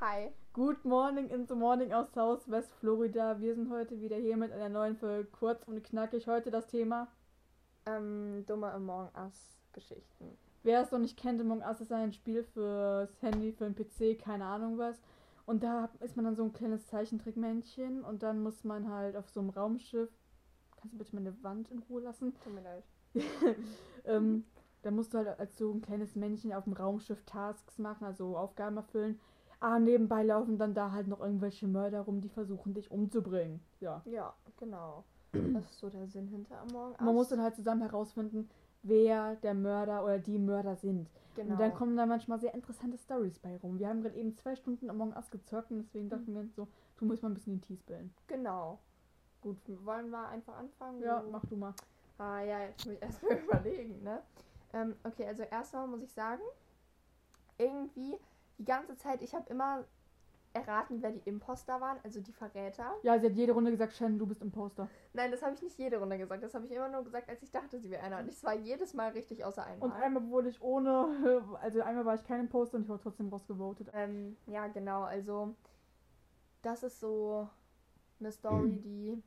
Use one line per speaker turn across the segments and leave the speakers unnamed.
Hi.
Good morning in the morning aus Southwest Florida. Wir sind heute wieder hier mit einer neuen Folge kurz und knackig. Heute das Thema,
Ähm, dumme Among Us-Geschichten.
wer es noch nicht kennt, Among Us ist ein Spiel fürs Handy, für den PC, keine Ahnung was. Und da ist man dann so ein kleines Zeichentrickmännchen und dann muss man halt auf so einem Raumschiff. Kannst du bitte meine Wand in Ruhe lassen?
Tut mir leid.
ähm, da musst du halt als so ein kleines Männchen auf dem Raumschiff Tasks machen, also Aufgaben erfüllen. Ah, nebenbei laufen dann da halt noch irgendwelche Mörder rum, die versuchen dich umzubringen. Ja.
Ja, genau. Das ist so der Sinn hinter Among Us.
Man muss dann halt zusammen herausfinden, wer der Mörder oder die Mörder sind.
genau.
Und dann kommen da manchmal sehr interessante Stories bei rum. Wir haben gerade eben zwei Stunden Among Us gezockt und deswegen dachten wir uns so, du musst mal ein bisschen den Tee spillen.
Genau. Gut, wollen wir einfach anfangen?
Ja,
Du-
mach du mal.
Ah ja, jetzt muss ich erstmal überlegen, ne? Ähm, okay, also erstmal muss ich sagen, irgendwie die ganze Zeit, ich habe immer erraten, wer die Imposter waren, also die Verräter.
Ja, sie hat jede Runde gesagt, Shannon, du bist Imposter.
Nein, das habe ich nicht jede Runde gesagt. Das habe ich immer nur gesagt, als ich dachte, sie wäre einer. Und es war jedes Mal richtig, außer einmal.
Und einmal wurde ich ohne, also einmal war ich kein Imposter und ich wurde trotzdem rausgevotet.
Ähm, ja, genau. Also, das ist so eine Story, die.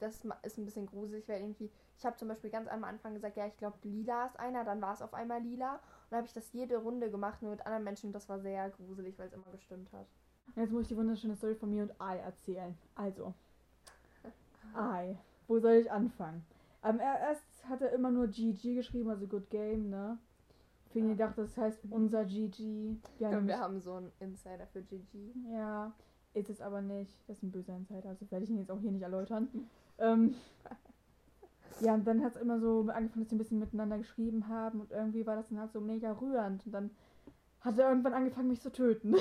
Das ma- ist ein bisschen gruselig, weil irgendwie. Ich habe zum Beispiel ganz am Anfang gesagt, ja, ich glaube, lila ist einer. Dann war es auf einmal lila. Und dann habe ich das jede Runde gemacht, nur mit anderen Menschen. Und das war sehr gruselig, weil es immer gestimmt hat.
Und jetzt muss ich die wunderschöne Story von mir und I erzählen. Also, I. Wo soll ich anfangen? Am erst hat er immer nur GG geschrieben, also Good Game, ne? Fini
Ja.
dachte, das heißt unser GG. Ja,
Und wir
nämlich-
haben so einen Insider für GG.
ja, ist es aber nicht. Das ist ein böser Insider, also werde ich ihn jetzt auch hier nicht erläutern. ähm, ja, und dann hat es immer so angefangen, dass sie ein bisschen miteinander geschrieben haben und irgendwie war das dann halt so mega rührend. Und dann hat er irgendwann angefangen, mich zu töten.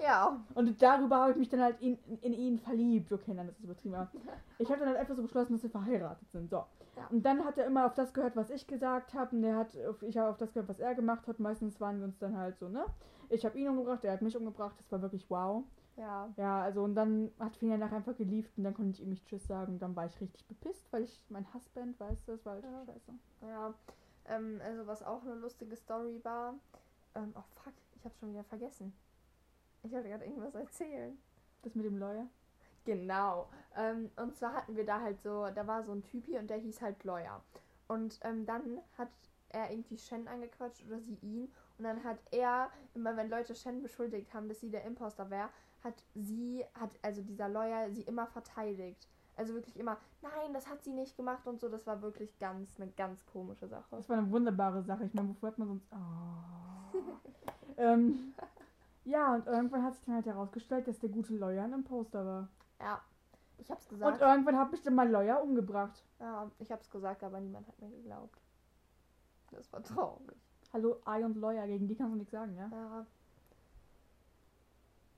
Ja.
Und darüber habe ich mich dann halt in, in, in ihn verliebt. Okay, nein, das ist übertrieben. Aber ich habe dann halt einfach so beschlossen, dass wir verheiratet sind. So.
Ja.
Und dann hat er immer auf das gehört, was ich gesagt habe. Und er hat, auf- ich habe auf das gehört, was er gemacht hat. Meistens waren wir uns dann halt so, ne? Ich habe ihn umgebracht, er hat mich umgebracht. Das war wirklich wow.
Ja.
Ja, also und dann hat Fina nachher einfach geliebt und dann konnte ich ihm nicht Tschüss sagen. Und dann war ich richtig bepisst, weil ich mein Husband, weißt du, das war halt
Ja.
scheiße.
Ja, ähm, also was auch eine lustige Story war. Ähm, oh fuck, ich hab's schon wieder vergessen. Ich wollte gerade irgendwas erzählen.
Das mit dem Lawyer.
Genau. Ähm, und zwar hatten wir da halt so, da war so ein Typi und der hieß halt Lawyer. Und ähm, dann hat er irgendwie Shen angequatscht oder sie ihn. Und dann hat er, immer wenn Leute Shen beschuldigt haben, dass sie der Imposter wäre, hat sie, hat also dieser Lawyer sie immer verteidigt. Also wirklich immer, nein, das hat sie nicht gemacht und so. Das war wirklich ganz, eine ganz komische Sache.
Das war eine wunderbare Sache. Ich meine, wofür hat man sonst. Oh. ähm, ja, und irgendwann hat sich dann halt herausgestellt, dass der gute Lawyer ein Imposter war.
Ja, ich hab's
Und äh
gesagt.
irgendwann habe ich dann mal Lawyer umgebracht.
ja, ich hab's gesagt, aber niemand hat mir geglaubt. Das war traurig.
Hallo, I und Lawyer, gegen die kannst du nichts sagen, ja?
Ja.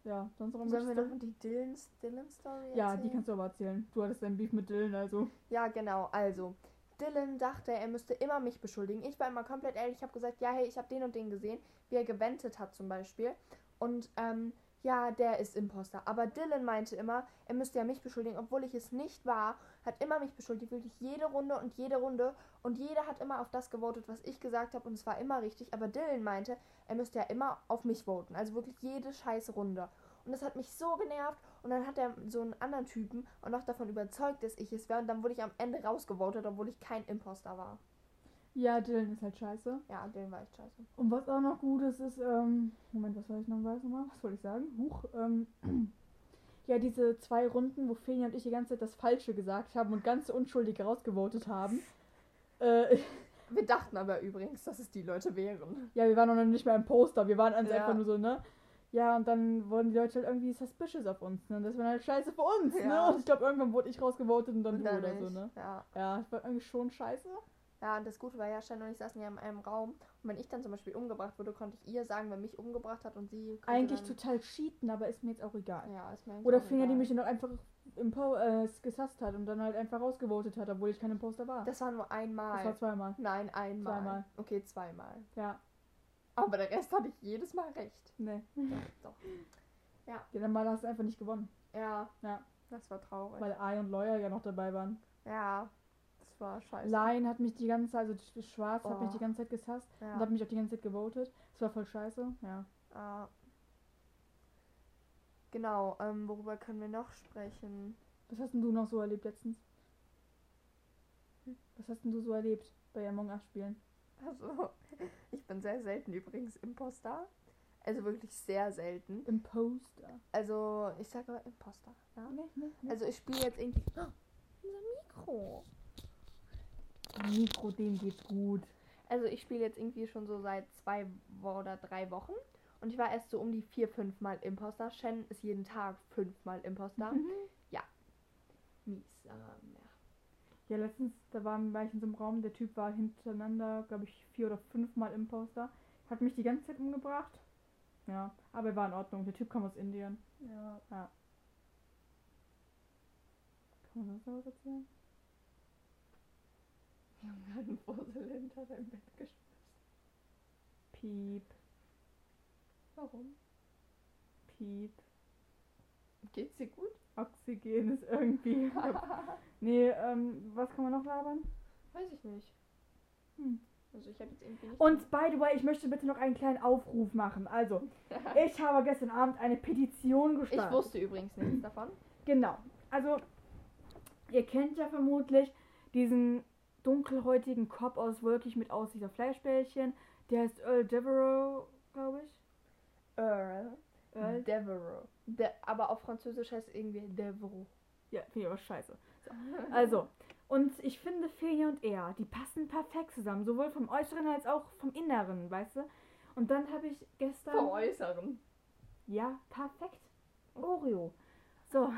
Ja, sonst noch
Sollen wir
irgendwelche
noch die Dylan, Dylan Story
Story- Ja,
erzählen?
die kannst du aber erzählen. Du hattest dein Beef mit Dylan, also.
Ja, genau. Also, Dylan dachte, er müsste immer mich beschuldigen. Ich war immer komplett ehrlich. Ich habe gesagt, ja, hey, ich habe den und den gesehen, wie er gewendet hat zum Beispiel. Und ähm, ja, der ist Imposter. Aber Dylan meinte immer, er müsste ja mich beschuldigen, obwohl ich es nicht war. Hat immer mich beschuldigt, wirklich jede Runde und jede Runde. Und jeder hat immer auf das gewotet, was ich gesagt habe. Und es war immer richtig. Aber Dylan meinte, er müsste ja immer auf mich voten. Also wirklich jede scheiß Runde. Und das hat mich so genervt. Und dann hat er so einen anderen Typen und noch davon überzeugt, dass ich es wäre. Und dann wurde ich am Ende rausgevotet, obwohl ich kein Imposter war.
Ja, Dylan ist halt scheiße.
Ja, den war ich scheiße.
Und was auch noch gut ist, ist, ähm, Moment, was soll ich noch, was nochmal? Was wollte ich sagen? Huch, ähm, ja, diese zwei Runden, wo Fenia und ich die ganze Zeit das Falsche gesagt haben und ganz unschuldig rausgevotet haben. Äh,
Wir dachten aber übrigens, dass es die Leute wären.
ja, wir waren noch nicht mal im Poster, wir waren also
Ja.
einfach nur so, ne? Ja, und dann wurden die Leute halt irgendwie suspicious auf uns, ne? Und das war halt scheiße für uns,
Ja.
ne? Und ich glaube, irgendwann wurde ich rausgevotet und dann
Und
du
dann
oder
ich.
so, ne?
Ja.
Ja, das war irgendwie schon scheiße.
ja, und das Gute war ja, Shannon und ich saßen ja in einem Raum. Und wenn ich dann zum Beispiel umgebracht wurde, konnte ich ihr sagen, wer mich umgebracht hat und sie. konnte
Eigentlich
dann,
total cheaten, aber ist mir jetzt auch egal.
Ja, ist mir eigentlich
Oder
auch
Finger, die
egal.
mich dann auch einfach im po äh, gesasst hat und dann halt einfach rausgevotet hat, obwohl ich kein Imposter war. Das,
Das war nur einmal.
war zweimal.
Nein, einmal.
Zweimal.
Okay, zweimal.
Ja,
Aber der Rest hatte ich jedes Mal recht.
nee.
Doch.
Ja, dann mal hast du einfach nicht gewonnen.
Ja,
Ja,
das war traurig.
weil I und Lawyer ja noch dabei waren.
ja, das war scheiße.
Lion hat mich die ganze Zeit, also Sch- Schwarz hat
Oh.
mich die ganze Zeit gesasst und
ja.
hat mich auch die ganze Zeit gewotet. Das war voll scheiße. Ja.
Ah. Genau, ähm, worüber können wir noch sprechen?
Was hast denn du noch so erlebt letztens? Was hast denn du so erlebt bei Among Us Spielen?
Also, ich bin sehr selten übrigens Imposter. Also wirklich sehr selten.
Imposter.
Also, ich sage aber Imposter. Ja?
Nee, nee, nee.
Also, ich spiele jetzt irgendwie. Oh, unser Mikro.
Mikro, dem geht's gut.
Also, ich spiele jetzt irgendwie schon so seit zwei Wo- oder drei Wochen. Und ich war erst so um die vier, fünf Mal Imposter. Shen ist jeden Tag fünfmal Imposter.
Mhm.
Mies, aber ja.
Ja, letztens, da waren, war ich in so einem Raum, der Typ war hintereinander, glaube ich, vier oder fünfmal Imposter. Hat mich die ganze Zeit umgebracht. Ja, aber er war in Ordnung. Der Typ kam aus Indien.
ja.
Kann man das noch was erzählen?
Wir hatten Fussel hinter deinem Bett geschmissen.
Piep,
Warum?
piep.
Geht's dir gut?
Oxygen ist irgendwie. nee, ähm, was kann man noch labern?
Weiß ich nicht.
Hm.
Also ich habe jetzt irgendwie nicht.
Und by the way, ich möchte bitte noch einen kleinen Aufruf machen. Also, ich habe gestern Abend eine Petition
ich
gestartet.
wusste übrigens nichts davon.
Genau. Also, ihr kennt ja vermutlich diesen dunkelhäutigen Cop aus Wolkig mit Aussicht auf Fleischbällchen. Der heißt Earl Devereaux, glaube ich.
Earl
Earl.
Devereaux. De aber auf Französisch heißt es irgendwie Devereaux.
Ja, finde ich aber scheiße. So. Also, und ich finde Felia und er, die passen perfekt zusammen. Sowohl vom Äußeren als auch vom Inneren, weißt du? Und dann habe ich gestern.
Äußeren.
Ja, perfekt. Oreo. So.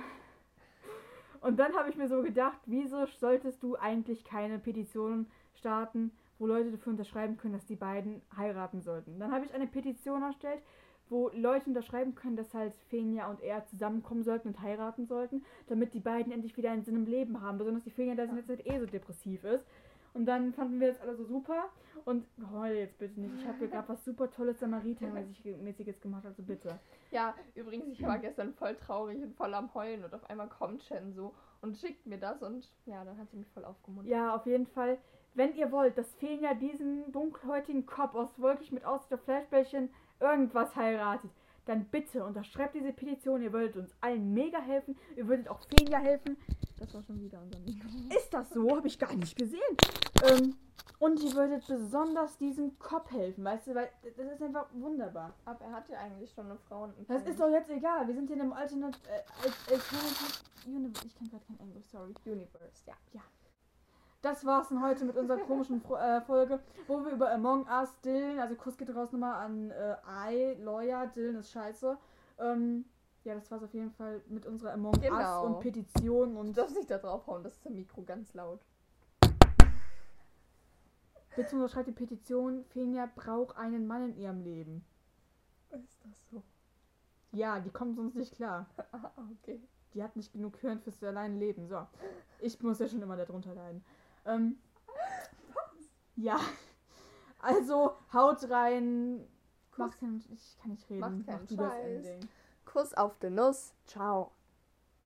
Und dann habe ich mir so gedacht, wieso solltest du eigentlich keine Petition starten, wo Leute dafür unterschreiben können, dass die beiden heiraten sollten? Dann habe ich eine Petition erstellt, wo Leute unterschreiben können, dass halt Fenja und er zusammenkommen sollten und heiraten sollten, damit die beiden endlich wieder einen Sinn im Leben haben. Besonders die Fenja, da sie in letzter Zeit eh so depressiv ist. Und dann fanden wir das alle so super. Und heule jetzt bitte nicht. Ich habe hier gerade was super Tolles Samaritermäßiges gemacht, also bitte.
Ja, übrigens, ich war gestern voll traurig und voll am Heulen und auf einmal kommt Shen so und schickt mir das und ja, dann hat sie mich voll aufgemuntert.
Ja, auf jeden Fall. Wenn ihr wollt, dass Fenja diesen dunkelhäutigen Kopf aus wirklich mit Aussicht auf Fleischbällchen irgendwas heiratet, dann bitte unterschreibt diese Petition. Ihr würdet uns allen mega helfen. Ihr würdet auch Fenja helfen.
Das war schon wieder unser Mikro.
Ist das so? Habe ich gar nicht gesehen. Ähm, und ihr würdet besonders diesem Kopf helfen, weißt du, weil das ist einfach wunderbar.
Aber er hatte eigentlich schon eine Frau und einen
Das
kleinen
ist doch jetzt egal. Wir sind hier in einem Alternat... Äh, äh, Alternative Universe. Ich kann gerade kein Englisch, sorry.
Universe, ja.
Das war's dann heute mit unserer komischen Fro äh, Folge, wo wir über Among Us, Dylan, also Kuss geht raus nochmal an äh, I, Lawyer, Dylan ist scheiße. Ähm, ja, das war's auf jeden Fall mit unserer Among
Genau.
Us und Petition
Du
und
darfst nicht da draufhauen, das ist im Mikro ganz laut.
bitte unterschreibt die Petition, Fenja braucht einen Mann in ihrem Leben.
Ist das so?
Ja, die kommt sonst nicht klar.
Ah, okay.
Die hat nicht genug Hirn fürs alleine Leben. So. Ich muss ja schon immer darunter leiden. Ähm, ja. Also, haut rein.
Kuss.
Macht keinen, ich kann nicht reden.
Macht keinen
du das
Scheiß.
Ending.
Kuss auf die Nuss. Ciao.